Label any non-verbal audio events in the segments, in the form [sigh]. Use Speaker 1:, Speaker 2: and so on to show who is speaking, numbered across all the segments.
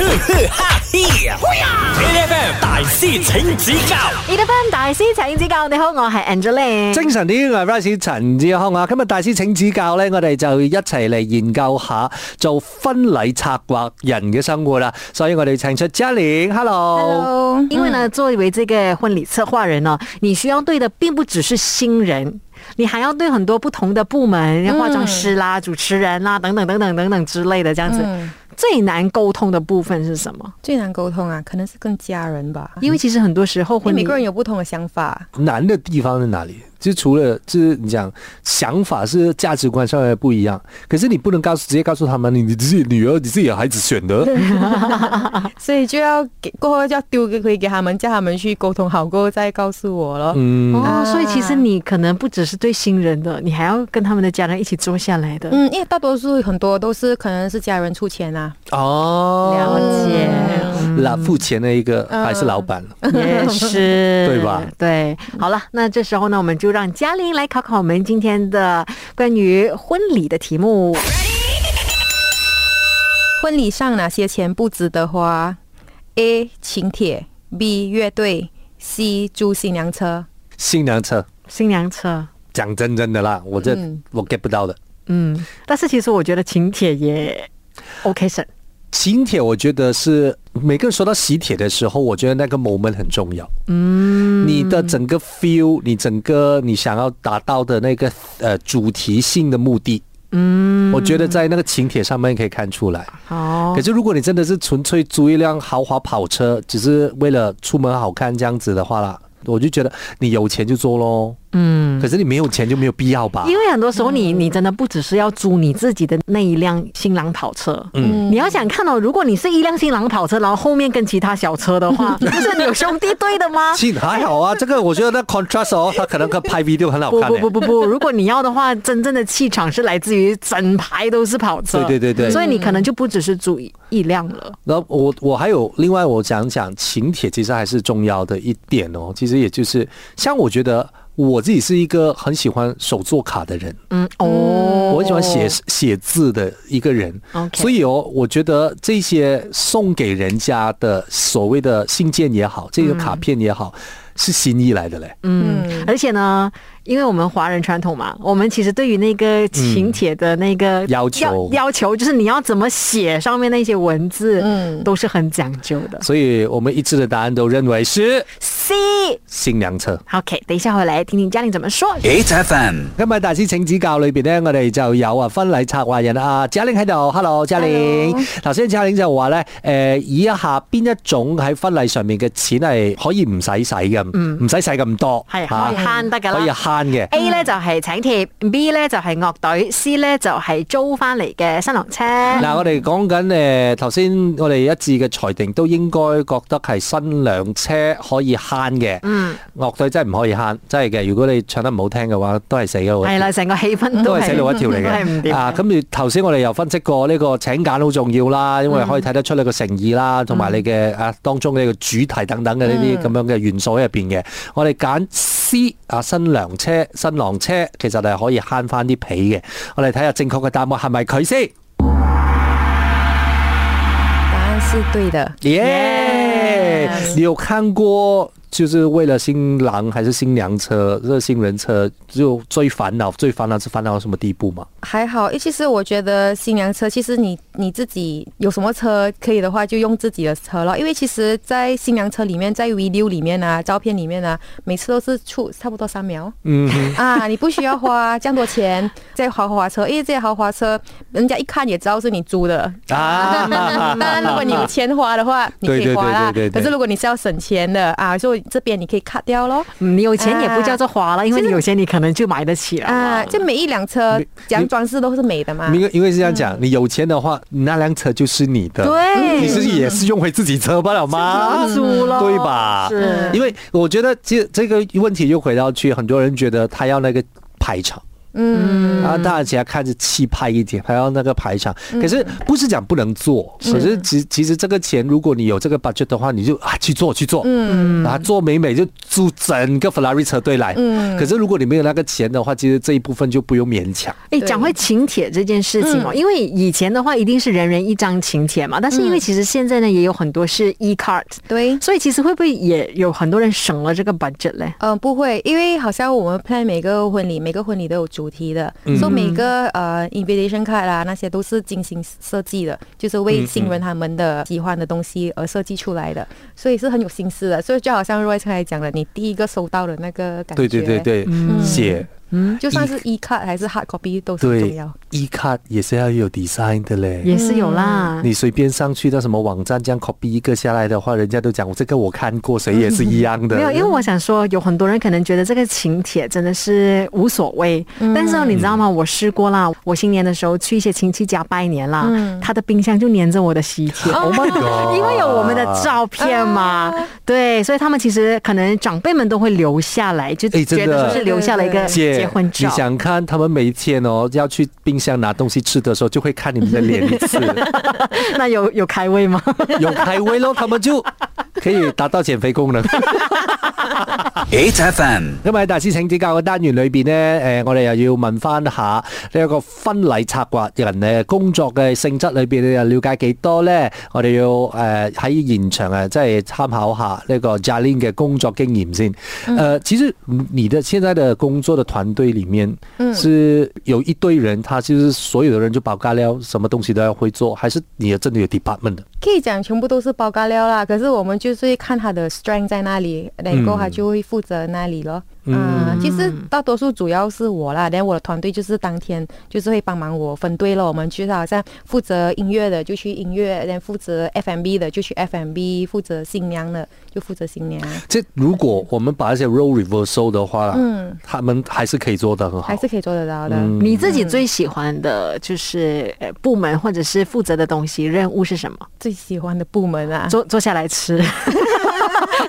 Speaker 1: 哈嘿，A.F.M. 大師請指教
Speaker 2: ，E D F 大師請指教。你好，我係 Angeline。
Speaker 3: 精神啲啊嘅 Rice 陳志康啊，今日大師請指教咧，我哋就一齊嚟研究下做婚禮策劃人嘅生活啦。所以我哋請出 Jelly，Hello。
Speaker 2: 因为呢，作为这个婚礼策划人呢、你需要对的并不只是新人。你还要对很多不同的部门，化妆师
Speaker 4: 嗯
Speaker 2: 啦、主持人啦，等等等等等等之类的，这样子、最难沟通的部分是什么？
Speaker 4: 最难沟通啊，可能是跟家人吧，因
Speaker 2: 因为其实很多时候
Speaker 4: 为
Speaker 2: 婚
Speaker 4: 每
Speaker 2: 礼
Speaker 4: 个人有不同的想法。
Speaker 3: 难的地方在哪里？就除了就是你讲想法是价值观上面不一样，可是你不能告诉直接告诉他们你你自己女儿你自己的孩子选的，
Speaker 4: 所以就要给过后就要丢给回给他们，叫他们去沟通好过后再告诉我咯。
Speaker 3: 嗯，
Speaker 2: 哦，所以其实
Speaker 4: 啊
Speaker 2: 你可能不只是对新人的，你还要跟他们的家人一起坐下来的。
Speaker 4: 嗯，因为大多数很多都是可能是家人出钱啊，
Speaker 3: 哦，
Speaker 2: 了解嗯
Speaker 3: 那付钱的一个还是老板了，
Speaker 2: 也是，
Speaker 3: [laughs] 对吧？
Speaker 2: 对，好了，那这时候呢，我们就让嘉玲来考考我们今天的关于婚礼的题目。
Speaker 4: 婚礼上哪些钱不值得花？A. 请帖，B. 乐队，C. 租新娘车。
Speaker 3: 新娘车。
Speaker 2: 新娘车，
Speaker 3: 讲真真的啦，我这、
Speaker 4: 嗯
Speaker 3: 我 get 不到的。
Speaker 2: 嗯，但是其实我觉得请帖也 OK 省，
Speaker 3: 请帖，我觉得是每个人说到喜帖的时候，我觉得那个 moment 很重要。嗯，你的整个 feel，你整个你想要达到的那个呃主题性的目的，嗯，我觉得在那个请帖上面可以看出来。
Speaker 2: 好
Speaker 3: 可，是如果你真的是纯粹租一辆豪华跑车，只是为了出门好看这样子的话啦，我就觉得你有钱就做咯。
Speaker 2: 嗯。
Speaker 3: 可是你没有钱就没有必要吧？
Speaker 2: 因为很多时候你，你真的不只是要租你自己的那一辆新郎跑车，
Speaker 3: 嗯
Speaker 2: 你要想看哦，如果你是一辆新郎跑车，然后后面跟其他小车的
Speaker 3: [laughs]
Speaker 2: 话，不是有兄弟对的吗？
Speaker 3: 其实还好啊，这个我觉得那 contrast 哦，他可能跟拍 video 很好
Speaker 2: 不
Speaker 3: 看欸
Speaker 2: 不
Speaker 3: 的。
Speaker 2: 不不不， [laughs] 如果你要的话，真正的气场是来自于整排都是跑车，
Speaker 3: 对对对对
Speaker 2: 所以你可能就不只是租一辆了。
Speaker 3: 然后我我还有另外我讲讲请帖，其实还是重要的一点哦。其实也就是像我觉得我自己是一个很喜欢手做卡的人，
Speaker 2: 嗯，哦，
Speaker 3: 我很喜欢写写字的一个人
Speaker 2: OK
Speaker 3: 所以哦，我觉得这些送给人家的所谓的信件也好，这个卡片也好，是心意来的嘞。
Speaker 2: 嗯，而且呢，因为我们华人传统嘛，我们其实对于那个请帖的那个
Speaker 3: 嗯要求
Speaker 2: 要求就是你要怎么写上面那些文字，嗯，
Speaker 4: 嗯
Speaker 2: 都是很讲究的。
Speaker 3: 所以我们一致的答案都认为是
Speaker 2: C。
Speaker 3: 新娘车。
Speaker 2: OK，等一下回来听听嘉玲怎么说。
Speaker 1: ，8FM
Speaker 3: 今日大師請指教裏邊咧，我哋就有啊婚禮策劃人啊嘉玲喺度，Hello 嘉玲。頭先嘉玲就話咧，誒、以一下邊一種喺婚禮上面嘅錢係可以唔使使嘅，唔使使咁多，
Speaker 2: 嗯係
Speaker 3: 嚇
Speaker 2: 可以慳得㗎啦嗯
Speaker 3: 啊可以慳嘅。
Speaker 2: A 咧就係請帖，B 咧就係樂隊，C 咧就係租翻嚟嘅新郎車。
Speaker 3: 嗱，我哋講緊誒頭先，我哋一致嘅裁定都應該覺得係新娘車可以慳嘅。嗯，樂隊真係唔可以慳，真係嘅。如果你唱得唔好聽嘅話，都係死嘅喎。
Speaker 2: 係啦，哎成個氣氛
Speaker 3: 嗯都
Speaker 2: 都
Speaker 3: 係死路一條嚟
Speaker 2: 都係唔
Speaker 3: 嘅。
Speaker 2: 掂
Speaker 3: 啊，
Speaker 2: 嘅。
Speaker 3: 咁住頭先我哋又分析過呢個請柬好重要啦，因為可以睇得出你個誠意啦，同埋你嘅啊當中呢個主題等等嘅呢啲咁樣嘅元素喺入邊嘅。我哋揀 C 啊新娘車、新郎車，其實係可以慳翻啲皮嘅。我哋睇下正確嘅答案係咪佢先？
Speaker 4: 答案是对的。
Speaker 3: 耶、你有看过就是为了新郎还是新娘车、这新人车就最烦恼、最烦恼是烦恼到什么地步吗？
Speaker 4: 还好，诶其实我觉得新娘车，其实你你自己有什么车可以的话，就用自己的车了。因为其实，在新娘车里面，在 video 里面啊，照片里面啊，每次都是出差不多三秒。
Speaker 3: 嗯哼。
Speaker 4: 啊，你不需要花这样多钱在豪华车，因为这些豪华车，人家一看也知道是你租的。
Speaker 3: 啊，
Speaker 4: [laughs] 当然，如果你有钱花的话，你可以花啦。
Speaker 3: 对对对对对对
Speaker 4: 可是如果你是要省钱的啊，所以这边你可以 cut 掉咯。
Speaker 2: 嗯你有钱也不叫做花
Speaker 3: 啊
Speaker 2: 了，因为你有钱，你可能就买得起了。
Speaker 4: 啊，这每一辆车
Speaker 3: 你，
Speaker 4: 讲装饰都是美的嘛。
Speaker 3: 因为因为是这样讲，你有钱的话，你那辆车就是你的，
Speaker 2: 对
Speaker 3: 其实也是用回自己车罢了嘛，
Speaker 2: 足了
Speaker 3: 对啊吧？
Speaker 2: 啊
Speaker 3: 嗯
Speaker 2: 是
Speaker 3: 因为我觉得这这个问题又回到去，很多人觉得他要那个排场。嗯，然后当然其他看着气派一点，还要那个排场。可是不是讲不能做，可是其其实这个钱，如果你有这个 budget 的话，你就啊去做去做，嗯，啊做美美就租整个 Ferrari 车队来。嗯，可是如果你没有那个钱的话，其实这一部分就不用勉强。
Speaker 2: 哎，讲回请帖这件事情哦，
Speaker 3: 嗯
Speaker 2: 因为以前的话一定是人人一张请帖嘛，但是因
Speaker 3: 嗯
Speaker 2: 为其实现在呢也有很多是 e card，
Speaker 4: 对，
Speaker 2: 所以其实会不会也有很多人省了这个 budget 嘞？
Speaker 4: 嗯，不会，因为好像我们 plan 每个婚礼，每个婚礼都有主题的，
Speaker 3: 嗯
Speaker 4: 所以每个呃 invitation card 啊那些都是精心设计的，就是为新人他们的喜欢的东西而设计出来的，所以是很有心思的。所以就好像 Roy 刚才讲的，你第一个收到的那个感
Speaker 3: 对
Speaker 4: 觉，
Speaker 3: 对对，对，
Speaker 2: 嗯
Speaker 3: 写
Speaker 4: 就算是 e card 还是 hard copy 都是很重
Speaker 3: 对
Speaker 4: 要。
Speaker 3: e card 也是要有 design 的嘞。
Speaker 2: 也是有啦。
Speaker 3: 你随便上去到什么网站这样 copy 一个下来的话，人家都讲我这个我看过，谁也是一样的。
Speaker 2: 没有，因为我想说，有很多人可能觉得这个请帖真的是无所谓，
Speaker 3: 嗯
Speaker 2: 但是呢你知道吗？我试过啦，我新年的时候去一些亲戚家拜年啦，
Speaker 3: 嗯
Speaker 2: 他的冰箱就粘着我的喜
Speaker 3: [laughs]
Speaker 2: 帖，
Speaker 3: [laughs]
Speaker 2: [laughs]
Speaker 3: Oh my god！
Speaker 2: 因为有我们的照片嘛，
Speaker 3: 啊
Speaker 2: 对，所以他们其实可能长辈们都会留下来，就
Speaker 3: 哎真
Speaker 2: 觉
Speaker 3: 的
Speaker 2: 得就是留下了一个
Speaker 3: 姐，
Speaker 2: 结婚照
Speaker 3: 你。想看他们每一天哦要去冰箱拿东西吃的时候，就会看你们的脸一
Speaker 2: [laughs]
Speaker 3: 次，嗯
Speaker 2: 那有有开胃吗？
Speaker 3: 有开胃咯，他们就可以达到减肥功能。
Speaker 1: ，H F M，
Speaker 3: 因為喺大師請指教嘅單元裏邊呢，誒、我哋又要問翻下呢一個婚禮策劃人嘅工作嘅性質裏邊，你又了解幾多呢？我哋要誒喺、現場啊，即係參考下呢個 Jalin 嘅工作經驗先。誒、其實你的現在的工作的團隊裡面，是有一堆人，他就是所有的人就包咖料，什麼東西都要會做，還是你真的有 department 的？
Speaker 4: 可以讲全部都是包干料啦，可是我们就是看他的 strength 在那里，然
Speaker 3: 嗯
Speaker 4: 后他就会负责那里咯。嗯，其实大多数主要是我啦，然后我的团队就是当天就是会帮忙我分队了。我们就是好像负责音乐的就去音乐，然后负责 F&B 的就去 F&B，负责新娘的就负责新娘，
Speaker 3: 即如果我們把一些 role reversal 的話，嗯，他們還是可以做得很好嗯
Speaker 4: 还。是可以做得到的。
Speaker 2: 你自己最喜欢的就是呃部门或者是负责的东西任务是什么？
Speaker 4: 最喜欢的部门啊，
Speaker 2: 坐坐下来
Speaker 3: [laughs]
Speaker 2: 吃，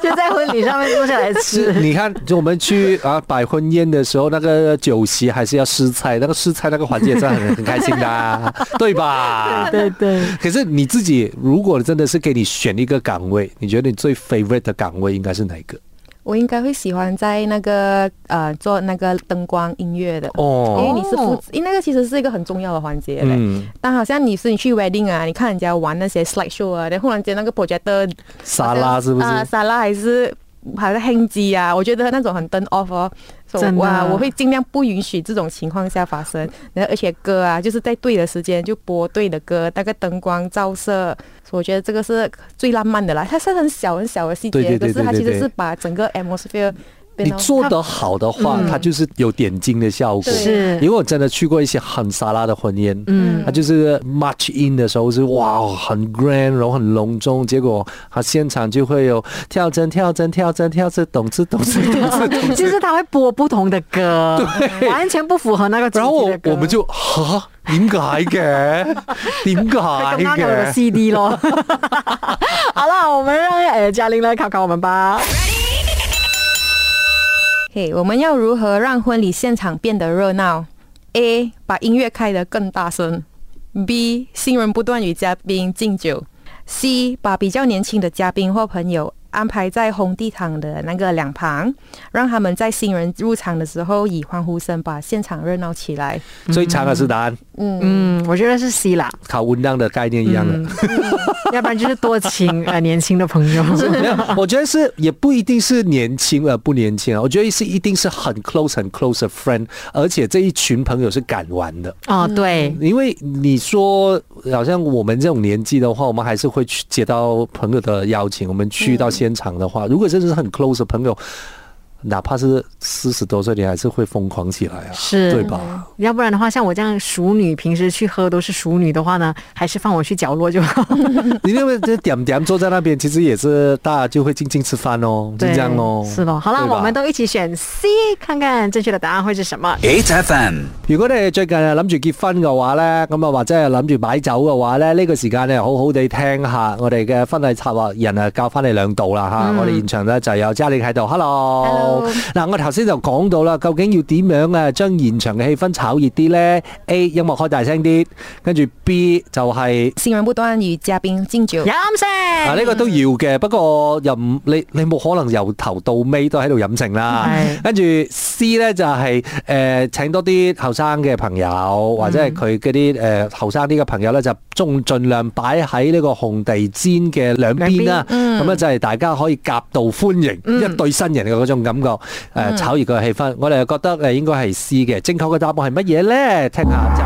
Speaker 2: 就在婚礼上面坐下来
Speaker 3: 是，
Speaker 2: 吃。
Speaker 3: 你看，就我们去啊摆婚宴的时候，那个酒席还是要试菜，那个试菜那个环节也是很很开心的、啊，对吧？
Speaker 2: 对对，
Speaker 3: 可是你自己，如果真的是给你选一个岗位，你觉得你最 favorite 的岗位应该是哪一个？
Speaker 4: 我应该会喜欢在那个呃做那个灯光音乐的。因
Speaker 3: 哦，
Speaker 4: 为你是负，因为那个其实是一个很重要的环节嘞。
Speaker 3: 嗯，
Speaker 4: 但好像你是你去 wedding 啊，你看人家玩那些 slide show 啊，然后忽然间那个 projector
Speaker 3: 沙拉是不是？
Speaker 4: 啊，沙拉还是还是 hang 机啊，我觉得那种很 turn off 哦。所以
Speaker 2: 真的
Speaker 4: 哇，我会尽量不允许这种情况下发生。然后而且歌啊，就是在对的时间就播对的歌，那个灯光照射，所以我觉得这个是最浪漫的啦。它是很小很小的细节，
Speaker 3: 对对对
Speaker 4: 可是它
Speaker 3: 对
Speaker 4: 其
Speaker 3: 对
Speaker 4: 实是把整个 atmosphere 变
Speaker 3: 你
Speaker 4: 得
Speaker 3: 做
Speaker 4: 它
Speaker 3: 得好的话，它就是有点睛的效果。
Speaker 4: 对
Speaker 2: 是
Speaker 3: 因为我真的去过一些很沙拉的婚宴，嗯，它就是 march in 的时候是哇很 grand，然后很隆重，结果它现场就会有跳针跳针跳针跳针，懂吃懂吃懂
Speaker 4: [laughs]
Speaker 3: 吃。
Speaker 2: 就是他会播不同的歌，完全不符合那个主
Speaker 3: 然后
Speaker 2: 题的
Speaker 3: 我
Speaker 2: 歌。
Speaker 3: 我们就哈點解
Speaker 4: [laughs]
Speaker 3: 嘅？點解
Speaker 2: 刚刚有的
Speaker 3: [laughs] 嘅？
Speaker 2: CD 咯。 [laughs] 好了，我们让呃嘉玲来考考我们吧。
Speaker 4: 嘿我们要如何让婚礼现场变得热闹？A. 把音乐开得更大声。B. 新人不断与嘉宾敬酒。C. 把比较年轻的嘉宾或朋友安排在红地毯的那个两旁，让他们在新人入场的时候以欢呼声把现场热闹起来。
Speaker 3: 最长的是答案，
Speaker 2: 嗯，我觉得是 C 啦，
Speaker 3: 考文档的概念一样
Speaker 4: 嗯
Speaker 3: 的。
Speaker 2: 要不然就是多
Speaker 3: [laughs]
Speaker 2: 请呃年轻的朋友。
Speaker 3: 没有，我觉得是也不一定是年轻而不年轻啊，我觉得是一定是很 close 很 close 的 friend，而且这一群朋友是敢玩的。
Speaker 2: 哦，对，
Speaker 3: 因为你说，好像我们这种年纪的话，我们还是会去接到朋友的邀请。我们去到现场的话，
Speaker 2: 嗯
Speaker 3: 如果真的是很 close 的朋友，哪怕是四十多岁，你还是会疯狂起来啊，
Speaker 2: 是
Speaker 3: 对吧？
Speaker 2: 要不然的话，像我这样熟女，平时去喝都是熟女的话呢，还是放我去角落就
Speaker 3: [laughs]
Speaker 2: 好。
Speaker 3: 你因为这点点坐在那边，其实也是大家就会静静吃饭哦，就
Speaker 2: 对
Speaker 3: 这样哦。
Speaker 2: 是咯。好了，
Speaker 3: 对吧
Speaker 2: 我们都一起选 C，看看正确的答案会是什么。
Speaker 1: ，H F M，
Speaker 3: 如果你係最近啊諗住結婚嘅話呢，咁啊或者係諗住擺酒嘅話呢，呢、個時間咧好好地聽下我哋嘅婚禮策劃人啊教翻你兩道啦吓，我哋現場呢就有嘉玲喺度，hello。度。嗱，我頭先就講到啦，究竟要點樣啊，將現場嘅氣氛炒熱啲呢 a 音樂開大聲啲，跟住 B 就係、
Speaker 4: 新闻不断，与嘉宾敬酒。
Speaker 2: 飲
Speaker 3: 啊！呢、
Speaker 2: 聲。
Speaker 3: 個都要嘅，不過又唔你你冇可能由頭到尾都喺度飲剩啦。跟住 C 咧就係、誒、呃、請多啲後生嘅朋友，或者係佢嗰啲誒後生啲嘅朋友咧，就盡盡量擺喺呢個紅地氈嘅兩邊嗯啦。咁咧、就係大家可以夾道歡迎、一對新人嘅嗰種感覺，誒、炒熱個氣氛。我哋覺得誒應該係 C 嘅，正確嘅答案係乜嘢咧？聽下周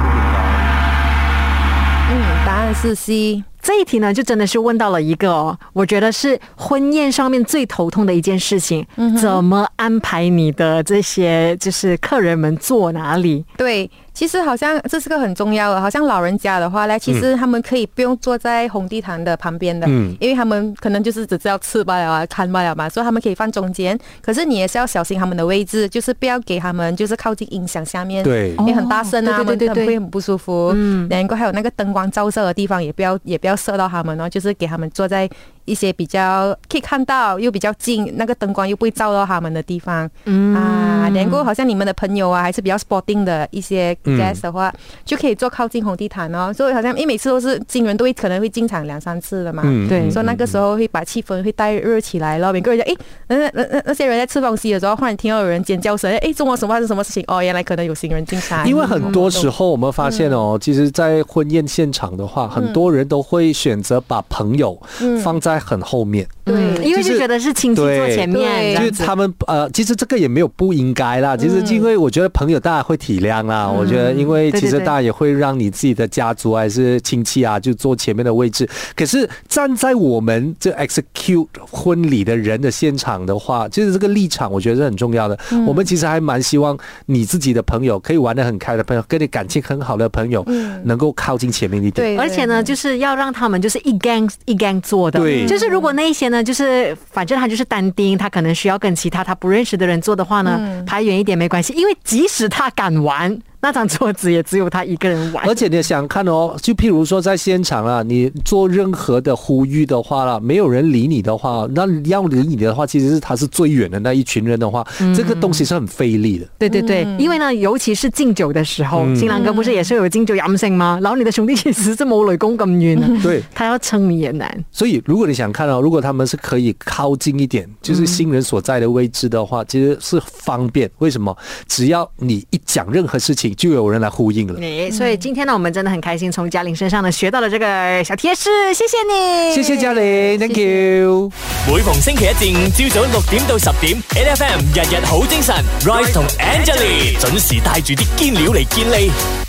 Speaker 4: 嗯，答案是 C。
Speaker 2: 这一题呢，就真的是问到了一个哦，我觉得是婚宴上面最头痛的一件事情，
Speaker 4: 嗯
Speaker 2: 怎么安排你的这些就是客人们坐哪里？
Speaker 4: 对，其实好像这是个很重要的，好像老人家的话呢，其实他们可以不用坐在红地毯的旁边的，
Speaker 3: 嗯
Speaker 4: 因为他们可能就是只知道吃罢了啊、看罢了嘛，所以他们可以放中间。可是你也是要小心他们的位置，就是不要给他们就是靠近音响下面，
Speaker 3: 對
Speaker 4: 因为很大声啊，
Speaker 2: 哦对对对
Speaker 4: 他
Speaker 2: 对
Speaker 4: 们会很不舒服。嗯，然后还有那个灯光照射的地方也不要也不要射到他们哦，就是给他们坐在。一些比较可以看到又比较近，那个灯光又不会照到他们的地方，嗯啊，然后好像你们的朋友啊，还是比较 sporting 的一些
Speaker 3: 嗯
Speaker 4: guest 的话，就可以坐靠近红地毯哦。所以好像因为每次都是新人都会可能会进场两三次的嘛，
Speaker 3: 嗯
Speaker 2: 对
Speaker 4: 所以那个时候会把气氛会带热起来咯。每个人就诶，那那那那些人在吃东西的时候，忽然听到有人尖叫声，诶，中国什么发生什么事情？哦，原来可能有新人进场，
Speaker 3: 因为很多时
Speaker 4: 候
Speaker 3: 候我们发现哦，其实，在婚宴现场的话，很多人都会选择把朋友放在很后面，
Speaker 4: 对，
Speaker 2: 嗯因为
Speaker 3: 就是
Speaker 2: 就觉得是亲戚坐前面
Speaker 4: 对
Speaker 2: 这
Speaker 3: 就是
Speaker 2: 样子。嗯
Speaker 3: 他们呃，其实这个也没有不应该啦，其实因为我觉得朋友大家会体谅啦，我觉得因为
Speaker 2: 对
Speaker 3: 其
Speaker 2: 对
Speaker 3: 实
Speaker 2: 对
Speaker 3: 大家也会让你自己的家族还是亲戚啊，就坐前面的位置。可是站在我们这 execute 婚礼的人的现场的话，就是这个立场，我觉得是很重要的。
Speaker 2: 嗯
Speaker 3: 我们其实还蛮希望你自己的朋友可以玩得很开的朋友，跟你感情很好的朋友，
Speaker 2: 嗯
Speaker 3: 能够靠近前面一点。
Speaker 4: 对，
Speaker 2: 而且呢，就是要让他们就是一 gang 一 gang 做的，
Speaker 3: 对
Speaker 2: 就是如果那一些呢，就是反正他就是单丁，他可能需要跟其他他不认识的人做的话呢，
Speaker 4: 嗯
Speaker 2: 排远一点没关系，因为即使他敢玩，那张桌子也只有他一个人玩
Speaker 3: 而。且你想看哦，就譬如说在现场啊，你做任何的呼吁的话啦，没有人理你的话，那要理你的话，其实是他是最远的那一群人的话，这个东西是很费力的。
Speaker 2: 对对对，因为呢，尤其是敬酒的时
Speaker 3: 嗯
Speaker 2: 候，新郎哥不是也是有敬酒飲性
Speaker 3: [laughs]
Speaker 2: 吗？然后你的兄弟其实是冇雷公咁远啊，
Speaker 3: 对，
Speaker 2: 他要撑你也难。
Speaker 3: 所以如果你想看哦，如果他们是可以靠近一点，就是新人所在的位置的话，其实是方便。为什么？只要你一讲任何事情，就有人来呼应了。
Speaker 2: 诶，哎所以今天呢，我们真的很开心，从嘉玲身上呢学到了这个小贴士，谢谢你，
Speaker 3: 谢谢嘉玲，Thank you。
Speaker 1: 每逢星期一至五朝早六點到十點，N F M 日日好精神，Rise 同 Angelie 準時帶住啲堅料嚟健利。